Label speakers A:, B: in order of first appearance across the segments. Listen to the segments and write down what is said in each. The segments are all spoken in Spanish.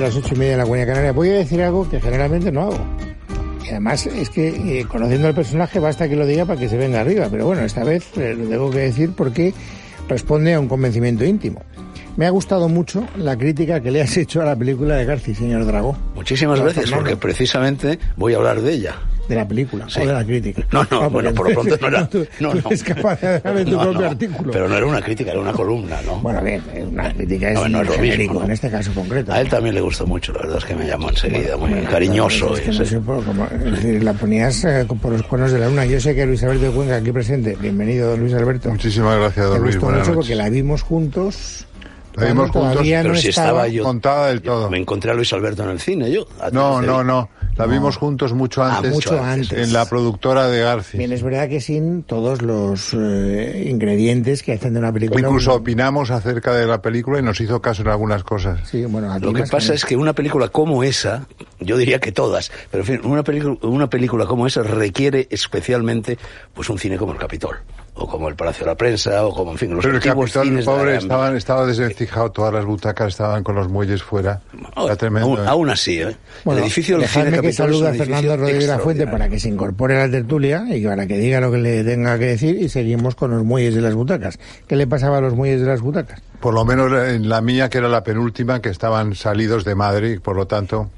A: las ocho y media en la Guardia Canaria. Voy a decir algo que generalmente no hago. Y además es que eh, conociendo al personaje basta que lo diga para que se venga arriba. Pero bueno, esta vez eh, lo tengo que decir porque responde a un convencimiento íntimo. Me ha gustado mucho la crítica que le has hecho a la película de Garci, señor Dragó.
B: Muchísimas
A: Claro,
B: gracias,
A: Fernando.
B: porque precisamente voy a hablar de ella.
A: De la película
B: Sí.
A: o de la crítica. Ah,
B: No, no, bueno, por lo pronto no era. No, no.
A: Es capaz de dejar en tu
B: No,
A: propio
B: no,
A: artículo.
B: Pero no era una crítica, era una columna, ¿no?
A: Bueno, bien, eh, una crítica es,
B: No, no es lo mismo,
A: genérico,
B: ¿no?
A: en este caso concreto.
B: A él también le gustó mucho, la verdad es que me llamó enseguida, muy
A: Bueno,
B: cariñoso.
A: es que no
B: ese.
A: sé por cómo- es decir, la ponías eh, por los cuernos de la luna. Yo sé que Luis Alberto de Cuenca aquí presente. Bienvenido, don Luis Alberto.
C: Muchísimas gracias,
A: Me
C: don Luis.
A: gustó
C: Buenas
A: mucho
C: noches.
A: porque la vimos juntos.
C: La vimos
A: cuando
C: juntos,
A: todavía
B: pero
A: no
B: si estaba yo.
C: Contada del todo.
B: Me encontré a Luis Alberto en el cine, yo. a eh. ti,
C: No,
B: a ti.
C: no, no. La vimos juntos mucho
B: Ah,
C: antes.
A: mucho antes.
C: En la productora de Garci.
A: Bien, es verdad que sin todos los eh, ingredientes que hacen de una película.
C: Incluso
A: un-
C: opinamos acerca de la película y nos hizo caso en algunas cosas.
A: Sí, bueno, a ti
B: Lo que
A: más
B: pasa
A: mí.
B: es que una película como esa, yo diría que todas, pero en fin, una, pelicu- una película como esa requiere especialmente pues un cine como el Capitol, o como el Palacio de la Prensa, o como, en fin, los
C: Pero el
B: antiguos
C: capitán
B: cines de la
C: pobre
B: Gran-
C: estaba, estaba desvencijado, todas las butacas estaban con los muelles fuera.
B: Oh,
C: Era tremendo.
B: Aún, aún así, ¿eh?
A: Bueno,
B: el edificio del
A: dejadme
B: cine
A: que
B: Capitol es
A: saluda a
B: un edificio
A: Fernando Rodríguez La Fuente
B: extraordinario.
A: para que se incorpore a la tertulia y para que diga lo que le tenga que decir y seguimos con los muelles de las butacas. ¿Qué le pasaba a los muelles de las butacas?
C: ¿eh? Por lo menos en la mía, que era la penúltima, que estaban salidos de Madrid, por lo tanto,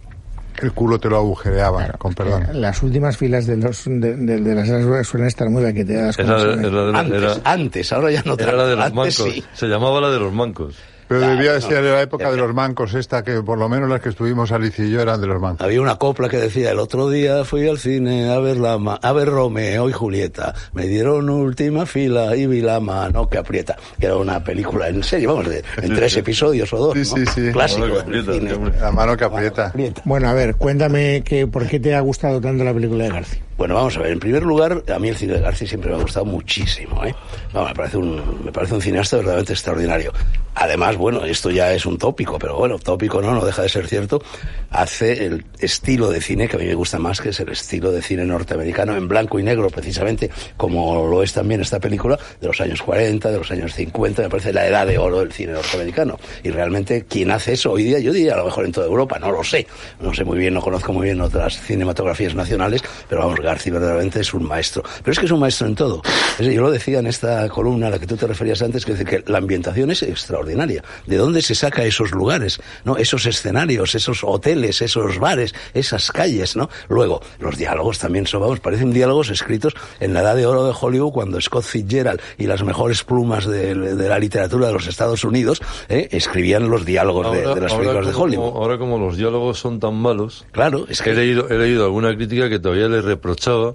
C: el culo te lo agujereaba, con perdón.
A: Eh, Las últimas filas de, los, de, de- de las butacas suelen estar muy baqueteadas.
D: Es
A: como
D: la de-
A: saben.
D: es la de-
B: Antes,
D: era-
B: antes, ahora ya no
D: Era la de los
B: tanto,
D: mancos.
B: antes sí.
D: Se llamaba la de los mancos.
C: Pero
B: Claro,
C: debía de
B: no.
C: ser de la época de
B: Debía.
C: los mancos esta, que por lo menos las que estuvimos Alicia y yo eran de los mancos.
B: Había una copla que decía, el otro día fui al cine a ver, la ma- a ver Romeo y Julieta, me dieron última fila y vi la mano que aprieta, que era una película en serio, vamos, de- en tres episodios o dos,
C: Sí,
B: ¿no?
C: sí, sí.
B: clásico
D: Mano
B: del
D: que aprieta,
B: cine.
D: qué hombre.
C: La mano que aprieta.
B: Aprieta.
A: Bueno, a ver, cuéntame que, por qué te ha gustado tanto la película de García.
B: Bueno, vamos a ver, en primer lugar, a mí el cine de García siempre me ha gustado muchísimo, ¿eh? Vamos, me parece un, me parece un cineasta verdaderamente extraordinario. Además, bueno, esto ya es un tópico, pero bueno, tópico no, no deja de ser cierto, hace el estilo de cine que a mí me gusta más, que es el estilo de cine norteamericano, en blanco y negro precisamente, como lo es también esta película, de los años 40, de los años 50, me parece la edad de oro del cine norteamericano. Y realmente, quien hace eso hoy día, yo diría a lo mejor en toda Europa, no lo sé, no sé muy bien, no conozco muy bien otras cinematografías nacionales, pero vamos, García verdaderamente es un maestro. Pero es que es un maestro en todo. Es decir, yo lo decía en esta columna a la que tú te referías antes, que, decir, que la ambientación es extraordinaria. ¿De dónde se saca esos lugares? ¿No? Esos escenarios, esos hoteles, esos bares, esas calles, ¿no? Luego, los diálogos también son, vamos, parecen diálogos escritos en la edad de oro de Hollywood cuando Scott Fitzgerald y las mejores plumas de, de la literatura de los Estados Unidos ¿eh? escribían los diálogos de- de, las películas de
D: como,
B: Hollywood.
D: ahora como los diálogos son tan malos,
B: Claro, es que...
D: he, leído, he leído alguna crítica que todavía le reprochaba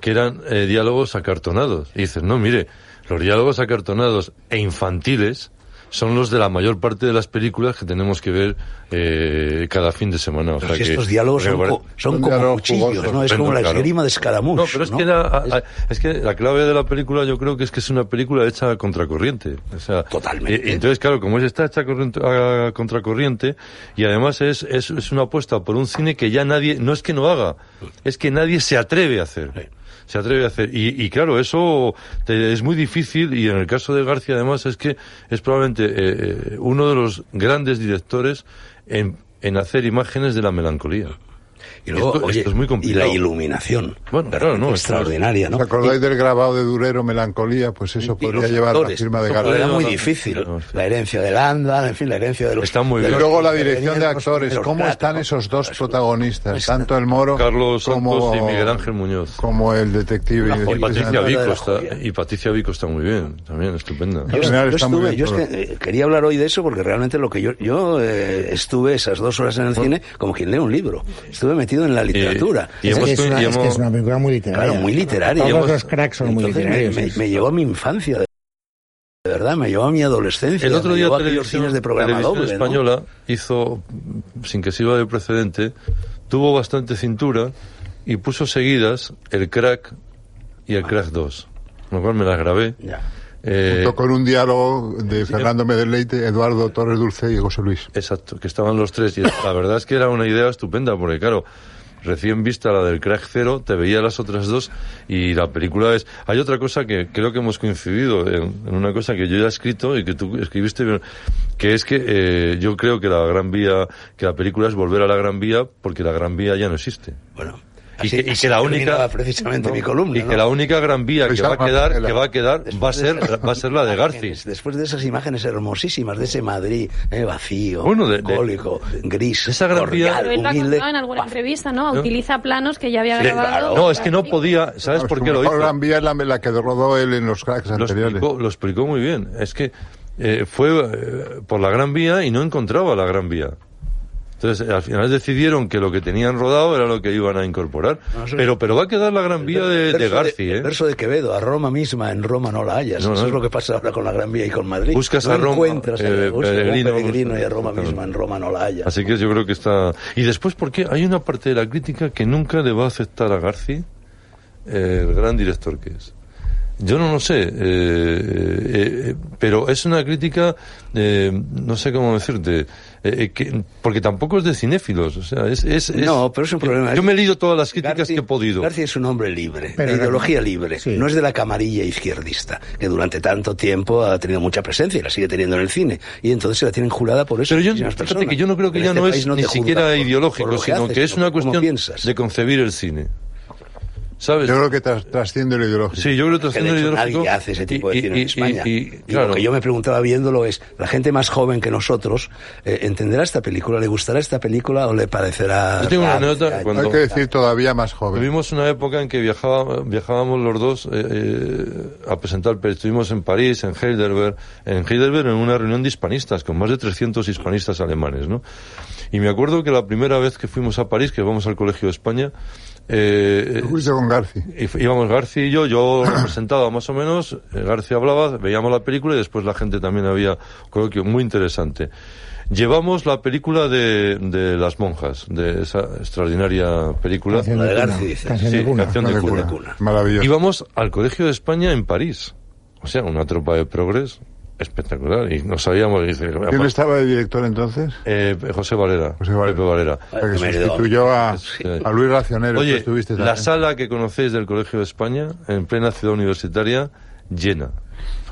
D: que eran eh, diálogos acartonados. Y dices, no, mire, los diálogos acartonados e infantiles son los de la mayor parte de las películas que tenemos que ver eh, cada fin de semana. O
B: Pero
D: sea
B: si
D: que-
B: estos diálogos son,
D: porque
B: co- son
C: son
B: como
C: diálogos
B: cuchillos,
C: jugosos,
B: ¿no? Es como la
D: claro.
B: esgrima de Escaramuz.
D: No, pero es, Que la, a- a- es que la clave de la película yo creo que es que es una película hecha a contracorriente. O sea,
B: Totalmente.
D: y- y entonces, claro, como es está hecha corriente- a contracorriente y además es, es, es una apuesta por un cine que ya nadie, no es que no haga, es que nadie se atreve a hacer.
B: Sí.
D: Se atreve a hacer. Y, y claro, eso te- es muy difícil y en el caso de García además es que es probablemente eh, eh, uno de los grandes directores en, en hacer imágenes de la melancolía.
B: Y luego,
D: Esto-
B: oye,
D: esto es muy
B: Y
D: complicado.
B: la iluminación.
D: Bueno,
B: Pero
D: claro, no, esto es-
B: Extraordinaria, ¿no?
C: ¿Os acordáis del grabado de Durero, Melancolía? Pues eso
B: Y
C: podría
B: los
C: llevar la
B: actores,
C: firma de
D: eso
B: Era
C: García.
D: podría-
B: muy
D: no,
B: difícil.
D: no, sí.
B: La herencia de Landa, en fin, la herencia de los...
D: Está muy
B: de
D: bien.
B: los-
C: Y luego la
B: de
C: dirección de
B: los-
C: actores.
B: los
C: ¿Cómo
B: platos,
C: están
B: ¿no?
C: esos dos
B: Es-
C: protagonistas? Tanto el moro
D: Carlos
C: como,
D: Santos y Miguel Ángel Muñoz.
C: como el detective.
B: Una joya.
D: Y
C: Vicente
D: Patricia
B: Impresionante.
D: Vico
B: La
D: está,
B: joya.
D: y Patricia Vico está muy bien, también estupenda.
B: Yo,
C: En general
B: yo
C: está muy
B: estuve,
C: bien
B: yo es
C: todo.
B: que, eh, quería hablar hoy de eso porque realmente lo que yo, yo eh, estuve esas dos horas en el cine como quien lee un libro. Estuve metido en la literatura.
D: y
A: Es
D: hemos-
A: que es una-
D: y
A: es que
D: hemos-
A: es una película muy literaria.
B: Claro, muy literaria.
A: Todos
D: Hemos-
A: los cracks son muy
B: Entonces, me-
A: literarios.
B: me,
A: sí.
B: me llevó a mi infancia, de, de verdad, me llevó a mi adolescencia.
D: El otro
B: me
D: día
B: llevó a aquellos
D: Televisión,
B: cines de programa
D: Televisión
B: doble, ¿no?
D: Española hizo, mm, sin que sirva de precedente, tuvo bastante cintura y puso seguidas el crack y el crack 2, con lo cual me las grabé.
B: Ya.
D: Eh,
C: Junto con un diálogo de Fernando Medeleite, Eduardo Torres Dulce y José Luis.
D: Exacto, que estaban los tres. Y la verdad es que era una idea estupenda, porque claro, recién vista la del Crack Cero, te veía las otras dos y la película es... Hay otra cosa que creo que hemos coincidido en, en una cosa que yo ya he escrito y que tú escribiste, que es que eh, yo creo que la Gran Vía, que la película es volver a la Gran Vía porque la Gran Vía ya no existe.
B: Bueno,
D: Y
B: así-
D: que- y
B: así
D: que la
B: terminaba
D: única-
B: precisamente
D: ¿no?
B: mi columna.
D: Y que
B: ¿no?
D: la única gran vía
C: Pues
D: que va a
C: vamos a
D: quedar,
C: hacerla.
D: que va a quedar, va a
B: Después
D: ser,
B: de esas
D: va a ser la de
B: imágenes,
D: Garcis.
B: Después de esas imágenes hermosísimas de ese Madrid eh, vacío,
D: Bueno, de- de-
B: cólico, gris,
D: esa gran
B: cordial,
D: vía-
E: Pero él la
B: humilde.
E: contaba en alguna entrevista, ¿no?
D: ¿No?
E: Utiliza planos que ya había
B: Sí,
E: grabado.
B: claro.
D: Eh, No, es que no podía, ¿sabes
C: Vamos,
D: por
C: su
D: qué lo
C: mejor
D: hizo?
C: Gran Vía es la, la que rodó él en los cracks
D: Lo
C: anteriores.
D: explicó, lo explicó muy bien. Es que eh, fue eh, por la Gran Vía y no encontraba la Gran Vía. Entonces, eh, al final decidieron que lo que tenían rodado era lo que iban a incorporar.
B: No, eso-
D: Pero, pero va a quedar la Gran Vía de,
B: El
D: de
B: verso
D: Garci,
B: el
D: ¿eh?
B: verso de Quevedo, a Roma misma, en Roma no la hallas.
D: No,
B: Eso
D: no.
B: es lo que pasa ahora con la Gran Vía y con Madrid.
D: Buscas
B: No
D: a Roma,
B: encuentras a-
D: eh,
B: buscas a un
D: peregrino,
B: peregrino y a
D: no,
B: Roma
D: claro.
B: misma, en Roma no la hallas.
D: Así que yo creo que está. Y después, porque hay una parte de la crítica que nunca le va a aceptar a Garci, eh, el gran director que es. Yo no lo sé, eh, eh, eh, pero es una crítica, eh, no sé cómo decirte, eh, eh, que- porque tampoco es de cinéfilos. O sea, es, es- es-
B: No, pero es un problema.
D: Yo me he leído todas las críticas
B: Garci-
D: que he podido.
B: Garci es un hombre libre,
A: Pero
B: de
A: no-
B: ideología libre.
A: sí.
B: No es de la camarilla izquierdista, que durante tanto tiempo ha tenido mucha presencia y la sigue teniendo en el cine. Y entonces se la tienen jurada por eso.
D: Pero yo,
B: muchísimas
D: fíjate
B: personas.
D: que yo no creo que
B: En
D: ya
B: este
D: no
B: país
D: es ni
B: te juzgan
D: siquiera
B: por-
D: ideológico,
B: por lo
D: sino
B: haces,
D: que es
B: sino
D: una
B: por cómo
D: cuestión
B: piensas.
D: de concebir el cine. ¿Sabes?
C: Yo creo que tras- trasciende lo ideológico.
D: Sí, yo creo que
B: Que de
D: trasciende
B: hecho
D: el ideológico
B: nadie hace ese tipo de
D: y-
B: cine
D: y-
B: en España.
D: y- y-
B: Y
D: claro.
B: Lo que yo me preguntaba viéndolo es, la gente más joven que nosotros eh, entenderá esta película, le gustará esta película o le parecerá.
D: Yo tengo una
B: rara,
D: anécdota
B: extraña?
D: cuando-
C: Hay que decir todavía más joven.
D: Tuvimos una época en que viajaba, viajábamos los dos eh, eh, a presentar, pero estuvimos en París, en Heidelberg, en Heidelberg en una reunión de hispanistas, con más de 300 hispanistas alemanes, ¿no? Y me acuerdo que la primera vez que fuimos a París, que vamos al Colegio de España, eh, eh,
C: Fuiste con Garci.
D: y fu- íbamos García y yo, yo representaba más o menos, eh, García hablaba, veíamos la película y después la gente también había un coloquio muy interesante. Llevamos la película de, de Las Monjas, de esa extraordinaria película.
A: Canción
B: La de
A: de
B: Garci,
A: cuna,
B: dice.
A: Canción de
D: Sí,
A: cuna.
D: canción de
C: Madre
D: cuna.
C: mía.
B: cuna.
C: Maravilloso.
D: Íbamos al Colegio de España en París. O sea, una tropa de progres espectacular. Y no sabíamos. dice,
C: ¿Quién estaba de director entonces?
D: eh, José Valera.
C: José Valera.
D: Pepe Valera.
B: Ay,
C: Que
B: qué mérito.
C: sustituyó a,
D: Sí.
C: a Luis Racionero. que
D: Oye,
C: estuviste
D: la
C: también.
D: sala que conocéis del Colegio de España, en plena ciudad universitaria, llena.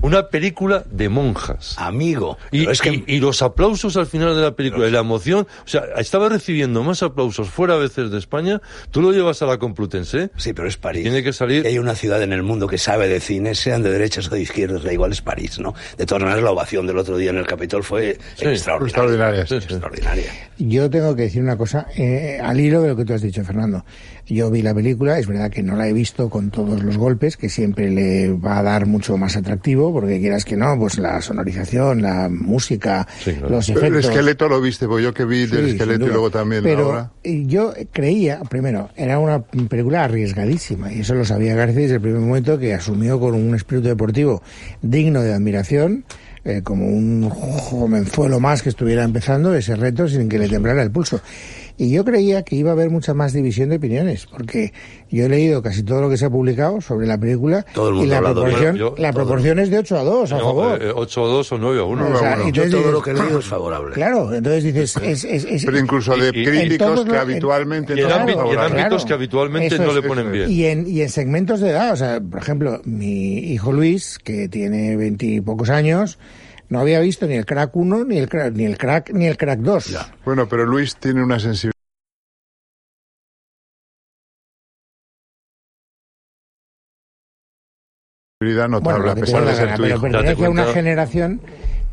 D: Una película de monjas.
A: Ah,
B: Amigo.
D: Y,
B: Pero es que
D: y- y los aplausos al final de la película, y la emoción, o sea, estaba recibiendo más aplausos fuera a veces de España, tú lo llevas a la Complutense,
B: Sí, pero es París.
D: Tiene que salir-
B: Y hay una ciudad en el mundo que sabe de cine, sean de derechas o de izquierdas, da igual, es París, ¿no? De todas maneras, la ovación del otro día en el Capitol fue extraordinaria.
C: Extraordinaria.
D: Sí, sí.
B: Extraordinaria.
A: Yo tengo que decir una cosa eh, al hilo de lo que tú has dicho, Fernando. Yo vi la película, es verdad que no la he visto con todos los golpes, que siempre le va a dar mucho más atractivo, porque quieras que no, pues la sonorización, la música,
D: Sí, claro.
A: los
C: Pero
A: efectos.
C: El esqueleto lo viste, porque yo que vi del
A: Sí, sin
C: esqueleto y
A: duda.
C: luego también
A: Pero
C: ahora.
A: eh, yo creía, primero, era una película arriesgadísima, y eso lo sabía García desde el primer momento que asumió con un espíritu deportivo digno de admiración, eh, como un jovenzuelo más que estuviera empezando ese reto sin que le temblara el pulso. Y yo creía que iba a haber mucha más división de opiniones, porque yo he leído casi todo lo que se ha publicado sobre la película
B: Todo el
A: y
B: mundo ha
A: la
B: hablado,
A: proporción,
D: yo- yo-
A: la
D: todo el
A: proporción es de 8 a 2, a favor.
D: 8 o 2 o 9 Eh, a 1.
A: O sea, y
C: bueno.
B: eh, Yo
A: entonces
B: todo
A: dices,
B: lo que he leído es favorable.
A: Claro, entonces dices, es, es- es-
C: Pero incluso
D: y-
C: de
D: y-
A: en
C: críticos
A: todos
C: que
A: los-
C: habitualmente
D: y en,
C: no son
A: Claro,
D: ámbi- y en
C: favorables.
A: ámbito-
D: ámbitos
A: claro.
D: que habitualmente
A: Eso
D: no
A: es,
D: le
C: eso
D: ponen
C: es.
D: bien.
A: Y en, y en segmentos de edad, o sea, por ejemplo, mi hijo Luis, que tiene veintipocos años, no había visto ni el crack 1, ni el crack, ni el crack, ni el crack 2.
C: Bueno, pero Luis tiene una sensibilidad.
A: Bueno,
C: notable,
A: lo
C: a
A: que te
C: pesar
A: dé
C: de
A: la
C: ser
A: gana,
C: tu
A: pero
C: hijo.
D: date
A: pertenece a una
D: cuenta.
A: generación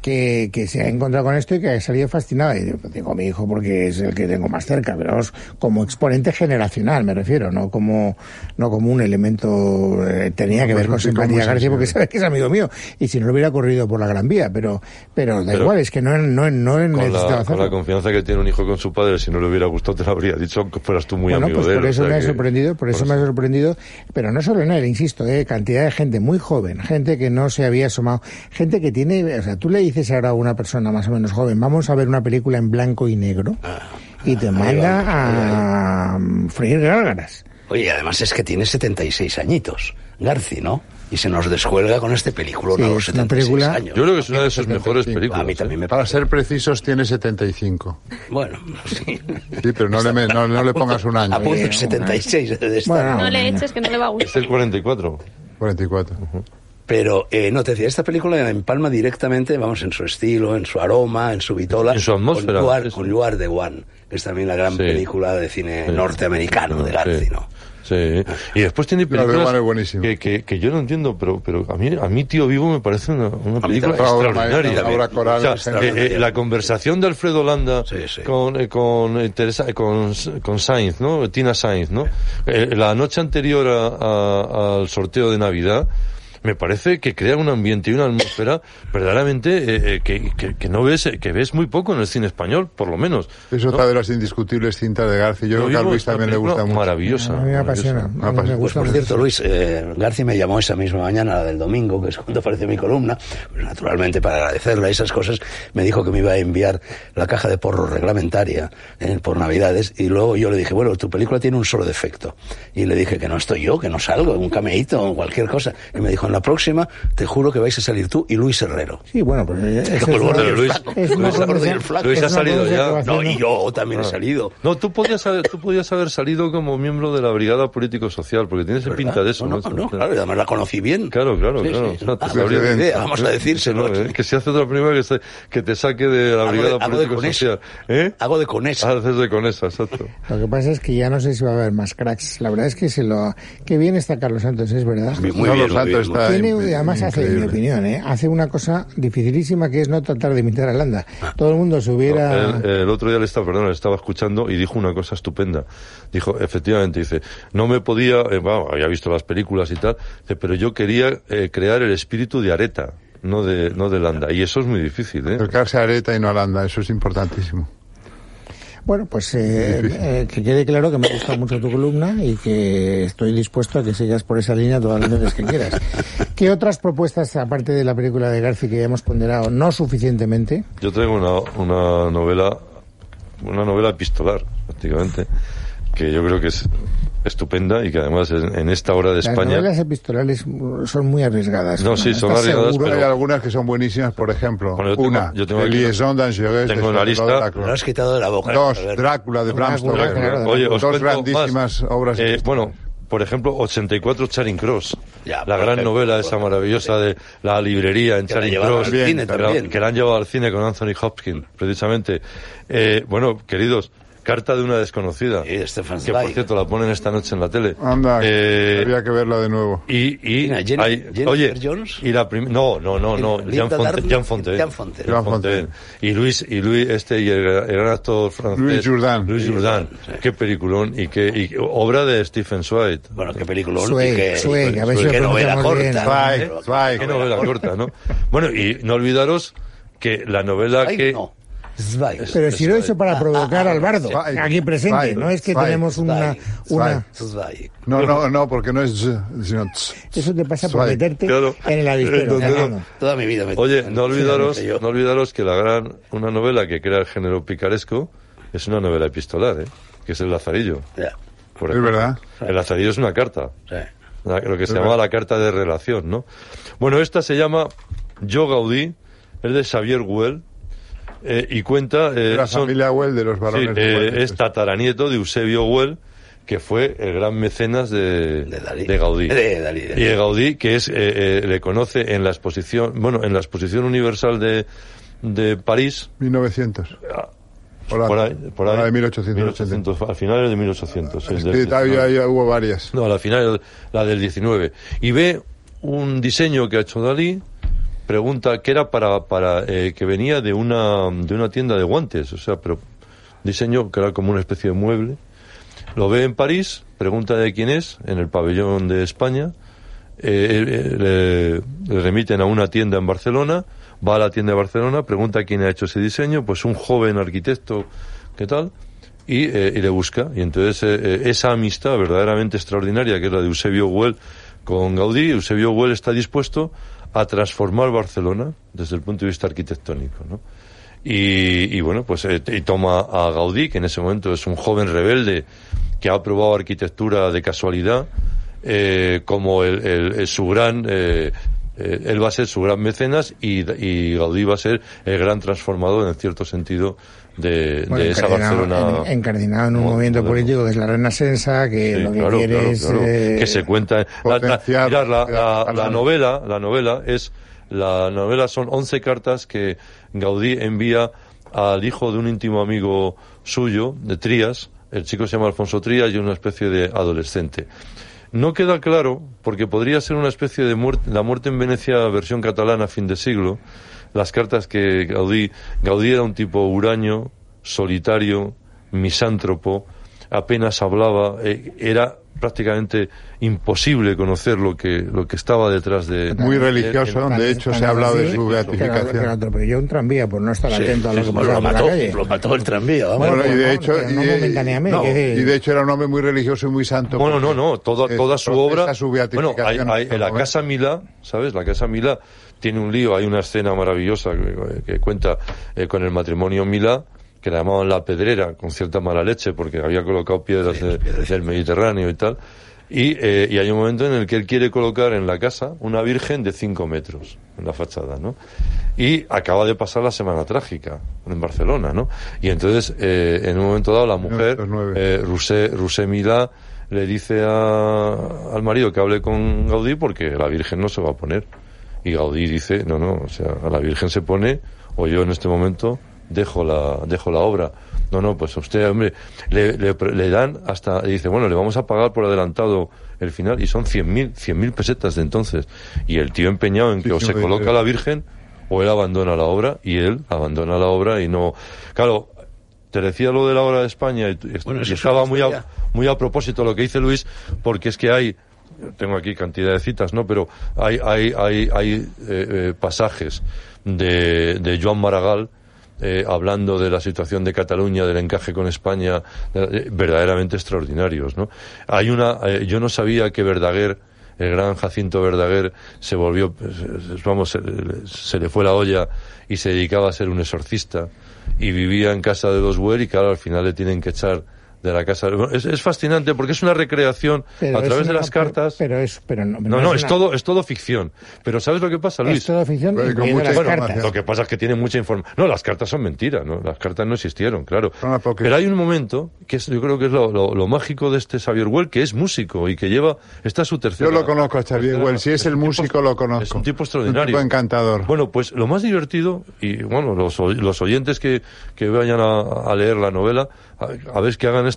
A: que, que se ha encontrado con esto y que ha salido fascinada. Y yo tengo a mi hijo porque es el que tengo más cerca, pero es como exponente generacional, me refiero, no como, no como un elemento. eh, tenía que
C: Pues
A: ver con
C: un chico
A: simpatía
C: muy
A: a García porque
C: sensible.
A: sabe que es amigo mío. Y si no lo hubiera ocurrido por la Gran Vía, pero, pero da
D: Pero-
A: igual, es que no, no, no
D: con
A: necesitaba
D: la, con
A: hacerlo.
D: la confianza que tiene un hijo con su padre, si no le hubiera gustado, te lo habría dicho, aunque fueras tú muy
A: bueno,
D: amigo
A: pues
D: de él.
A: por
D: o
A: eso
D: sea
A: me ha
D: que-
A: sorprendido, por eso me ha sorprendido, pero no solo en él, insisto, eh, cantidad de gente muy joven, gente que no se había asomado, gente que tiene, o sea, tú le dices ahora a una persona más o menos joven, vamos a ver una
D: Ah,
A: película en blanco y negro y te manda a mm, freír gárgaras.
B: Oye, además es que tiene 76 añitos, Garci, ¿no? Y se nos descuelga con este película
A: Sí,
B: a los
A: es una
B: 76
A: película- Ah,
B: años.
D: Yo creo que es una de sus mejores
C: 75.
D: películas. ¿eh?
B: a mí también me
C: Para
B: parece.
C: ser precisos, tiene 75.
B: Bueno, sí.
C: Sí, pero no le, me- no- no le pongas un año.
B: A punto 76 de estar.
A: Ah, Bueno,
E: No le
A: no.
E: eches que no le va a
B: Este
D: Es
E: gustar.
D: el 44.
C: 44.
B: Pero, eh, no, te decía, esta película empalma directamente, vamos, en su estilo, en su aroma, en su vitola.
D: En su atmósfera,
B: Con You Are,
D: sí, sí.
B: con You Are the One, que es también la gran
D: Sí.
B: película de cine
D: Sí.
B: norteamericano de Garci,
D: Ah, Sí.
B: ¿no?
D: Sí. Y después tiene
C: Claro,
D: películas
C: Batman es buenísimo.
D: que, que, que yo no entiendo, pero, pero a, mí, a mí Tío Vivo me parece una, una
B: también.
D: película
C: Obra
D: extraordinaria.
C: maestra, obra coral,
D: O sea,
C: extraordinaria.
D: eh, eh, la conversación de Alfredo Landa
B: Sí, sí.
D: con, eh, con, eh, Teresa- eh, con, con Sainz, ¿no? Tina Sainz, ¿no? Eh, la noche anterior a- a- al sorteo de Navidad, me parece que crea un ambiente y una atmósfera verdaderamente eh, eh, que, que- que no ves, eh, que ves muy poco en el cine español, por lo menos.
C: Es
D: ¿no?
C: otra de las indiscutibles cintas de Garci. Yo
D: Lo
C: creo que a
D: digo,
C: Luis
D: es una
C: también le gusta
D: película
C: mucho.
D: Maravillosa.
A: A mí me
D: maravillosa.
A: apasiona.
C: Ah,
A: A mí
C: pues-
A: me
B: Pues
A: gusta
B: por
A: mucho.
B: cierto, Luis, eh, Garci me llamó esa misma mañana, la del domingo, que es cuando apareció mi columna, pues naturalmente para agradecerle esas cosas, me dijo que me iba a enviar la caja de porro reglamentaria eh, por Navidades y luego yo le dije, bueno, tu película tiene un solo defecto. Y le dije que no estoy yo, que no salgo, un cameíto o cualquier cosa. Y me dijo, en la próxima te juro que vais a salir tú y Luis Herrero.
A: Sí, bueno, pero eh, esa
B: Como el
A: es
B: borde
A: una-
B: del
D: Luis.
A: es una
B: Luis, el borde del
A: conversa-
B: flaco.
D: Luis ha
A: es una
D: salido ya.
A: conversa que va
B: No, y
A: haciendo-
B: yo también he salido.
D: No, tú podías, haber, tú podías haber salido como miembro de la Brigada Político-Social, porque tienes
B: ¿Verdad?
D: pinta de eso.
B: No, no,
D: macho.
B: no, claro, y además la conocí bien.
D: Claro, claro,
B: Sí,
D: claro.
B: sí.
D: O sea, te
B: Ah,
D: sabría-
B: buena idea, vamos a decírselo.
D: No, eh, que si hace otra primera que, se- que te saque de la
B: Hago de-
D: Brigada
B: hago de
D: Político-Social. ¿Eh?
B: Hago de con esa.
D: Haces de con esa, exacto.
A: Lo que pasa es que ya no sé si va a haber más cracks. La verdad es que se lo... Qué bien está Carlos Santos, es verdad.
B: Muy bien,
C: No, los
B: muy
C: Santos
B: bien, muy
D: Ah,
C: está
A: Tiene,
C: impe-
A: además hace, en mi
C: increíble.
A: opinión, ¿eh? hace una cosa dificilísima que es no tratar de imitar a Landa.
D: Ah.
A: Todo el mundo se hubiera...
D: El, el otro día le estaba, perdón, le estaba escuchando y dijo una cosa estupenda. Dijo, efectivamente, dice, no me podía, eh, bueno, había visto las películas y tal, dice, pero yo quería eh, crear el espíritu de Areta, no de, no de Landa. Y eso es muy difícil, ¿eh?
C: Acercarse a Areta y no a Landa, eso es importantísimo.
A: Bueno, pues eh, eh, que quede claro que me gusta mucho tu columna y que estoy dispuesto a que sigas por esa línea todas las veces que quieras. ¿Qué otras propuestas, aparte de la película de Garci que ya hemos ponderado no suficientemente?
D: Yo traigo una, una novela, una novela epistolar, prácticamente, que yo creo que es estupenda y que además en, en esta hora de
A: Las
D: España.
A: novelas epistolares son muy arriesgadas.
D: No, sí,
A: Estás
D: son arriesgadas,
A: seguro.
D: Pero-
C: hay algunas que son buenísimas, por ejemplo,
D: Bueno, yo tengo-
C: una,
D: yo tengo
C: El
D: aquí-
C: liaison dangereuse
D: tengo una
C: de
D: lista.
C: Salvador Dacro.
B: Me lo has quitado de la boca.
C: Dos,
B: A ver,
C: Drácula de Bram
A: Drácula,
C: Stoker.
A: claro,
D: Oye, os
C: Dos
D: cuento
C: grandísimas
D: más.
C: obras.
D: Eh, bueno, por ejemplo, 84 Charing Cross.
B: Ya,
D: la
B: por
D: gran
B: ejemplo,
D: novela
B: por
D: esa
B: ejemplo.
D: maravillosa de la librería en
B: Que la
D: Charing
B: llevaron
D: Cross.
B: al cine
D: que la-
B: también.
D: que la han llevado al cine con Anthony Hopkins, precisamente. Eh, bueno, queridos, Carta de una desconocida.
B: Sí, de Stefan
D: que por
B: Zweig.
D: cierto la ponen esta noche en la tele.
C: Anda,
D: Eh,
C: había que verla de nuevo.
D: Y, y
B: Mira, Jen-
D: hay-
B: Jennifer
D: oye,
B: Jones.
D: y la prim- no, no, no, no,
B: Linda
D: Jean, Fonte-
B: Darden,
D: Jean Fontaine,
B: Jean Fontaine.
D: Jean
C: Jean Fontaine.
D: Fontaine. Y Luis, y Luis, este, y el, gra- el gran actor francés.
C: Louis Jourdan.
D: Louis Jourdan. Qué peliculón y qué, y qué- obra de Stephen Zweig.
B: Bueno, qué película.
A: Sue,
B: qué,
A: Sue,
B: y
A: a ver si
B: qué
A: lo
B: novela
A: pronunciamos bien.
B: corta.
C: Zweig,
B: ¿no?
C: Zweig.
D: ¿eh? Qué novela corta, ¿no? Bueno, y no olvidaros que la novela
B: Zweig,
D: que...
B: no. Zweig.
A: Pero si lo he hecho para provocar al bardo,
C: Vale.
A: aquí presente,
C: Vale.
A: no es que
C: Vale.
A: tenemos una...
B: Vale.
A: una...
B: Zweig.
C: No, no, no, porque no es
D: Eh,
C: z, sino ts.
A: Eso te pasa por
C: Vale.
A: meterte
D: Claro.
A: en el avispero.
D: Entonces,
A: Fernando.
B: Toda mi vida me
D: Oye, no olvidaros,
B: Yo.
D: no olvidaros que la gran, una novela que crea el género picaresco es una novela epistolar, ¿eh? Que es El Lazarillo.
B: Ya,
D: por
C: Es
D: ejemplo.
C: verdad.
D: El Lazarillo es una carta.
B: ya.
D: La- lo que se llamaba la carta de relación, ¿no? Bueno, esta se llama Yo Gaudí, es de Xavier Güell eh, y cuenta... eh,
C: La
D: son-
C: familia Well de los varones.
D: Sí, eh,
C: Güell.
D: es tataranieto de Eusebio Güell, que fue el gran mecenas de,
B: De Dalí.
D: Gaudí.
B: De Dalí, de Dalí.
D: Y de Gaudí, que es, eh, eh, le conoce en la exposición, bueno, en la exposición universal de, de París,
C: 1900.
D: Ah, por ahí, por ahí,
C: de 1880.
D: 1800, al final de 1800. es del
C: Sí, todavía
D: 19.
C: ya hubo varias.
D: No, la final, la del 19. Y ve un diseño que ha hecho Dalí, pregunta que era para, para eh, que venía de una, de una tienda de guantes, o sea, pero diseño que era como una especie de mueble. Lo ve en París, pregunta de quién es, en el pabellón de España, eh, eh, le, le remiten a una tienda en Barcelona, va a la tienda de Barcelona, pregunta quién ha hecho ese diseño, pues un joven arquitecto, ¿qué tal? Y, eh, y le busca. Y entonces eh, eh, esa amistad verdaderamente extraordinaria que es la de Eusebio Güell con Gaudí, Eusebio Güell está dispuesto a transformar Barcelona desde el punto de vista arquitectónico, ¿no? Y, y bueno, pues eh, y toma a Gaudí, que en ese momento es un joven rebelde que ha aprobado arquitectura de casualidad, eh, como el, el- el- su gran, eh, eh, él va a ser su gran mecenas y, y Gaudí va a ser el gran transformador, en cierto sentido, de,
A: Bueno,
D: de esa
A: encardinado,
D: Barcelona.
A: en- encardinado en un
D: Bueno,
A: movimiento
D: moderno.
A: político que es la Renascensa, que
D: Sí,
A: lo que
D: claro,
A: quiere
D: claro,
A: es...
D: claro.
A: eh,
D: que se cuenta la, la-
C: potenciar
D: mirad, la- la-
C: a la-
D: la novela la novela es la novela son 11 cartas que Gaudí envía al hijo de un íntimo amigo suyo de Trías el chico se llama Alfonso Trías y es una especie de adolescente no queda claro porque podría ser una especie de muerte, la muerte en Venecia versión catalana fin de siglo las cartas que Gaudí Gaudí era un tipo huraño solitario misántropo apenas hablaba, eh, era prácticamente imposible conocer lo que lo que estaba detrás de
C: Muy religioso, de
D: el-
A: tan-
C: hecho
A: tan
C: se ha hablado de
A: así
C: su
A: que lo- Que lo
C: beatificación.
A: atropelló un tranvía por no estar
B: Sí,
A: atento a
B: sí,
A: lo que
B: bueno,
A: pasaba
B: lo
A: por la
B: mató,
A: calle.
B: lo mató el tranvía, vamos.
A: Bueno,
C: Bueno, y
A: pues
C: de
A: no,
C: hecho,
A: pero no
C: y,
A: momentáneamente,
C: no,
A: que de-
C: y de hecho era un hombre muy religioso y muy santo.
D: Bueno, no, no, toda,
C: Eh,
D: toda
C: procesa
D: su obra.
C: su
D: bueno,
C: beatificación
D: hay- hay- en la
C: absolutamente.
D: Casa Milá, ¿sabes? La Casa Milá tiene un lío, hay una escena maravillosa que, que cuenta eh, con el matrimonio Milá, que la llamaban la pedrera, con cierta mala leche, porque había colocado piedras de- del Mediterráneo y tal. Y, eh, y hay un momento en el que él quiere colocar en la casa una virgen de 5 metros en la fachada, ¿no? Y acaba de pasar la semana trágica en Barcelona, ¿no? Y entonces, eh, en un momento dado, la mujer,
C: 1909.
D: eh, eh, Rusé, Rusé Milá le dice a- al marido que hable con Gaudí porque la Virgen no se va a poner. Y Gaudí dice, no, no, o sea, a la Virgen se pone o yo en este momento dejo la, dejo la obra. No, no, pues a usted, hombre, le, le pre- le dan hasta, le dice, bueno, le vamos a pagar por adelantado el final y son 100.000 100.000 pesetas de entonces. Y el tío empeñado en que o se
C: Muchísimo
D: coloca
C: dinero.
D: la Virgen o él abandona la obra y él abandona la obra y no... Claro, te decía lo de la obra de España y, y
B: Bueno,
D: y
B: eso es
D: estaba
B: una
D: muy a,
B: historia.
D: muy a propósito lo que dice Luis, porque es que hay, tengo aquí cantidad de citas, ¿no? Pero hay, hay, hay, hay eh, eh, pasajes de, de Joan Maragall. eh, hablando de la situación de Cataluña, del encaje con España, de- eh, verdaderamente extraordinarios, ¿no? Hay una, eh, yo no sabía que Verdaguer, el gran Jacinto Verdaguer, se volvió, pues, eh, vamos, se, se le fue la olla y se dedicaba a ser un exorcista y vivía en casa de los Buer y claro, al final le tienen que echar de la casa. Bueno, Es, es fascinante porque es una recreación
A: pero
D: a
A: es
D: través de
A: una-
D: las cartas.
A: Pero es, pero no,
D: no, no, es,
A: una-
D: todo, es todo ficción. Pero ¿sabes lo que pasa, Luis?
A: Es toda ficción,
C: Pero con
A: incluyendo
C: mucha
A: las
C: información.
A: cartas.
D: Lo que pasa es que tiene mucha información. No, las cartas son mentiras, ¿no? Las cartas no existieron, claro.
C: Son apócrifas.
D: Pero hay un momento que es- yo creo que es lo, lo- lo mágico de este Xavier Well, que es músico y que lleva. Esta es su tercera.
C: Yo lo conozco a Xavier
D: tercera-
C: Güell, si es el
D: un tipo-
C: músico lo conozco.
D: Es un tipo
C: Un
D: extraordinario.
C: tipo encantador.
D: Bueno, pues lo más divertido, y bueno, los, oy- los oyentes que, que vayan a, a leer la novela, a, a ver que hagan este.